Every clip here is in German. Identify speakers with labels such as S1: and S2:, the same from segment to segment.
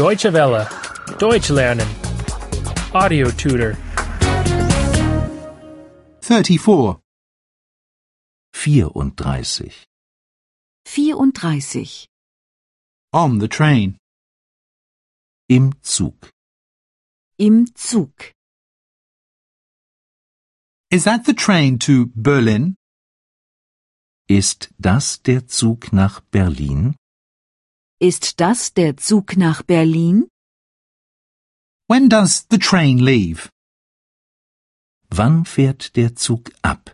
S1: Deutsche Welle. Deutsch lernen. Audio tutor.
S2: 34.
S3: 34.
S4: 34.
S2: On the train.
S3: Im Zug.
S4: Im Zug.
S2: Is that the train to Berlin?
S3: Ist das der Zug nach Berlin?
S4: Ist das der Zug nach Berlin?
S2: When does the train leave?
S3: Wann fährt der Zug ab?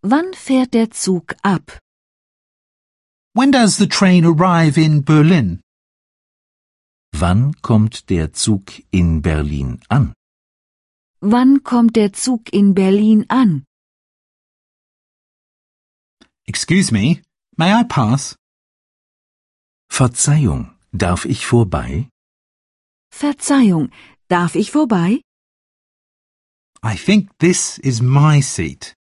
S4: Wann fährt der Zug ab?
S2: When does the train arrive in Berlin?
S3: Wann kommt der Zug in Berlin an?
S4: Wann kommt der Zug in Berlin an?
S2: Excuse me, may I pass?
S3: Verzeihung, darf ich vorbei?
S4: Verzeihung, darf ich vorbei?
S2: I think this is my seat.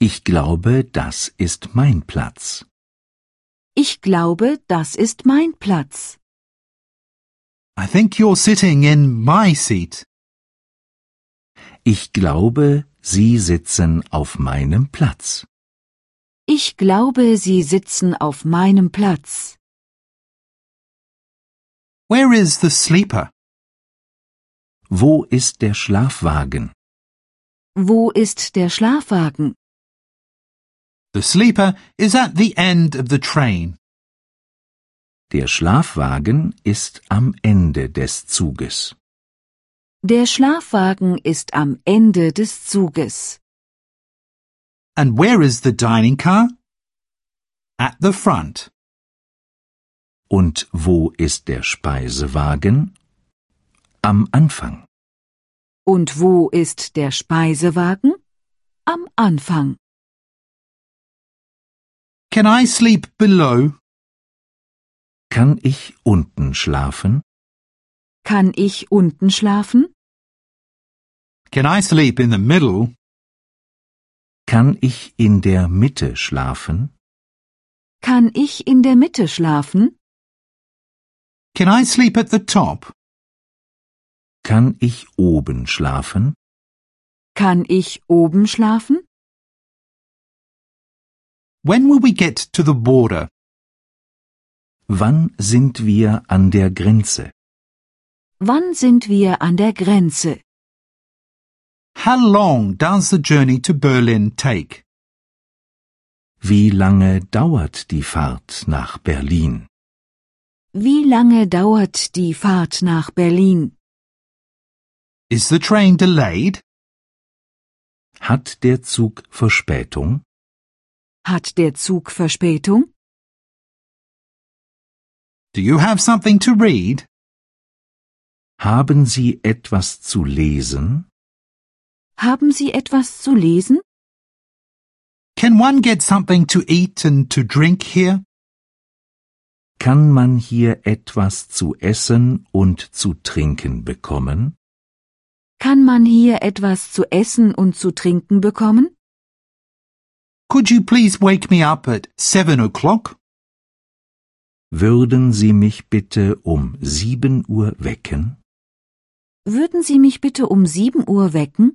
S3: Ich glaube, das ist mein Platz.
S4: Ich glaube, das ist mein Platz.
S2: I think you're sitting in my seat.
S3: Ich glaube, Sie sitzen auf meinem Platz.
S4: Ich glaube, Sie sitzen auf meinem Platz.
S2: Where is the sleeper?
S3: Wo ist der Schlafwagen?
S4: Wo ist der Schlafwagen?
S2: The sleeper is at the end of the train.
S3: Der Schlafwagen ist am Ende des Zuges.
S4: Der Schlafwagen ist am Ende des Zuges.
S2: And where is the dining car? At the front.
S3: Und wo ist der Speisewagen? Am Anfang.
S4: Und wo ist der Speisewagen? Am Anfang.
S2: Can I sleep below?
S3: Kann ich unten schlafen?
S4: Kann ich unten schlafen?
S2: Can I sleep in the middle?
S3: Kann ich in der Mitte schlafen?
S4: Kann ich in der Mitte schlafen?
S2: Can I sleep at the top?
S3: Kann ich oben schlafen?
S4: Kann ich oben schlafen?
S2: When will we get to the border?
S3: Wann sind wir an der Grenze?
S4: Wann sind wir an der Grenze?
S2: How long does the journey to Berlin take?
S3: Wie lange dauert die Fahrt nach Berlin?
S4: Wie lange dauert die Fahrt nach Berlin?
S2: Is the train delayed?
S3: Hat der Zug Verspätung?
S4: Hat der Zug Verspätung?
S2: Do you have something to read?
S3: Haben Sie etwas zu lesen?
S4: Haben Sie etwas zu lesen?
S2: Can one get something to eat and to drink here?
S3: Kann man hier etwas zu essen und zu trinken bekommen?
S4: Kann man hier etwas zu essen und zu trinken bekommen?
S2: Could you please wake me up at seven o'clock?
S3: Würden Sie mich bitte um sieben Uhr wecken?
S4: Würden Sie mich bitte um 7 Uhr wecken?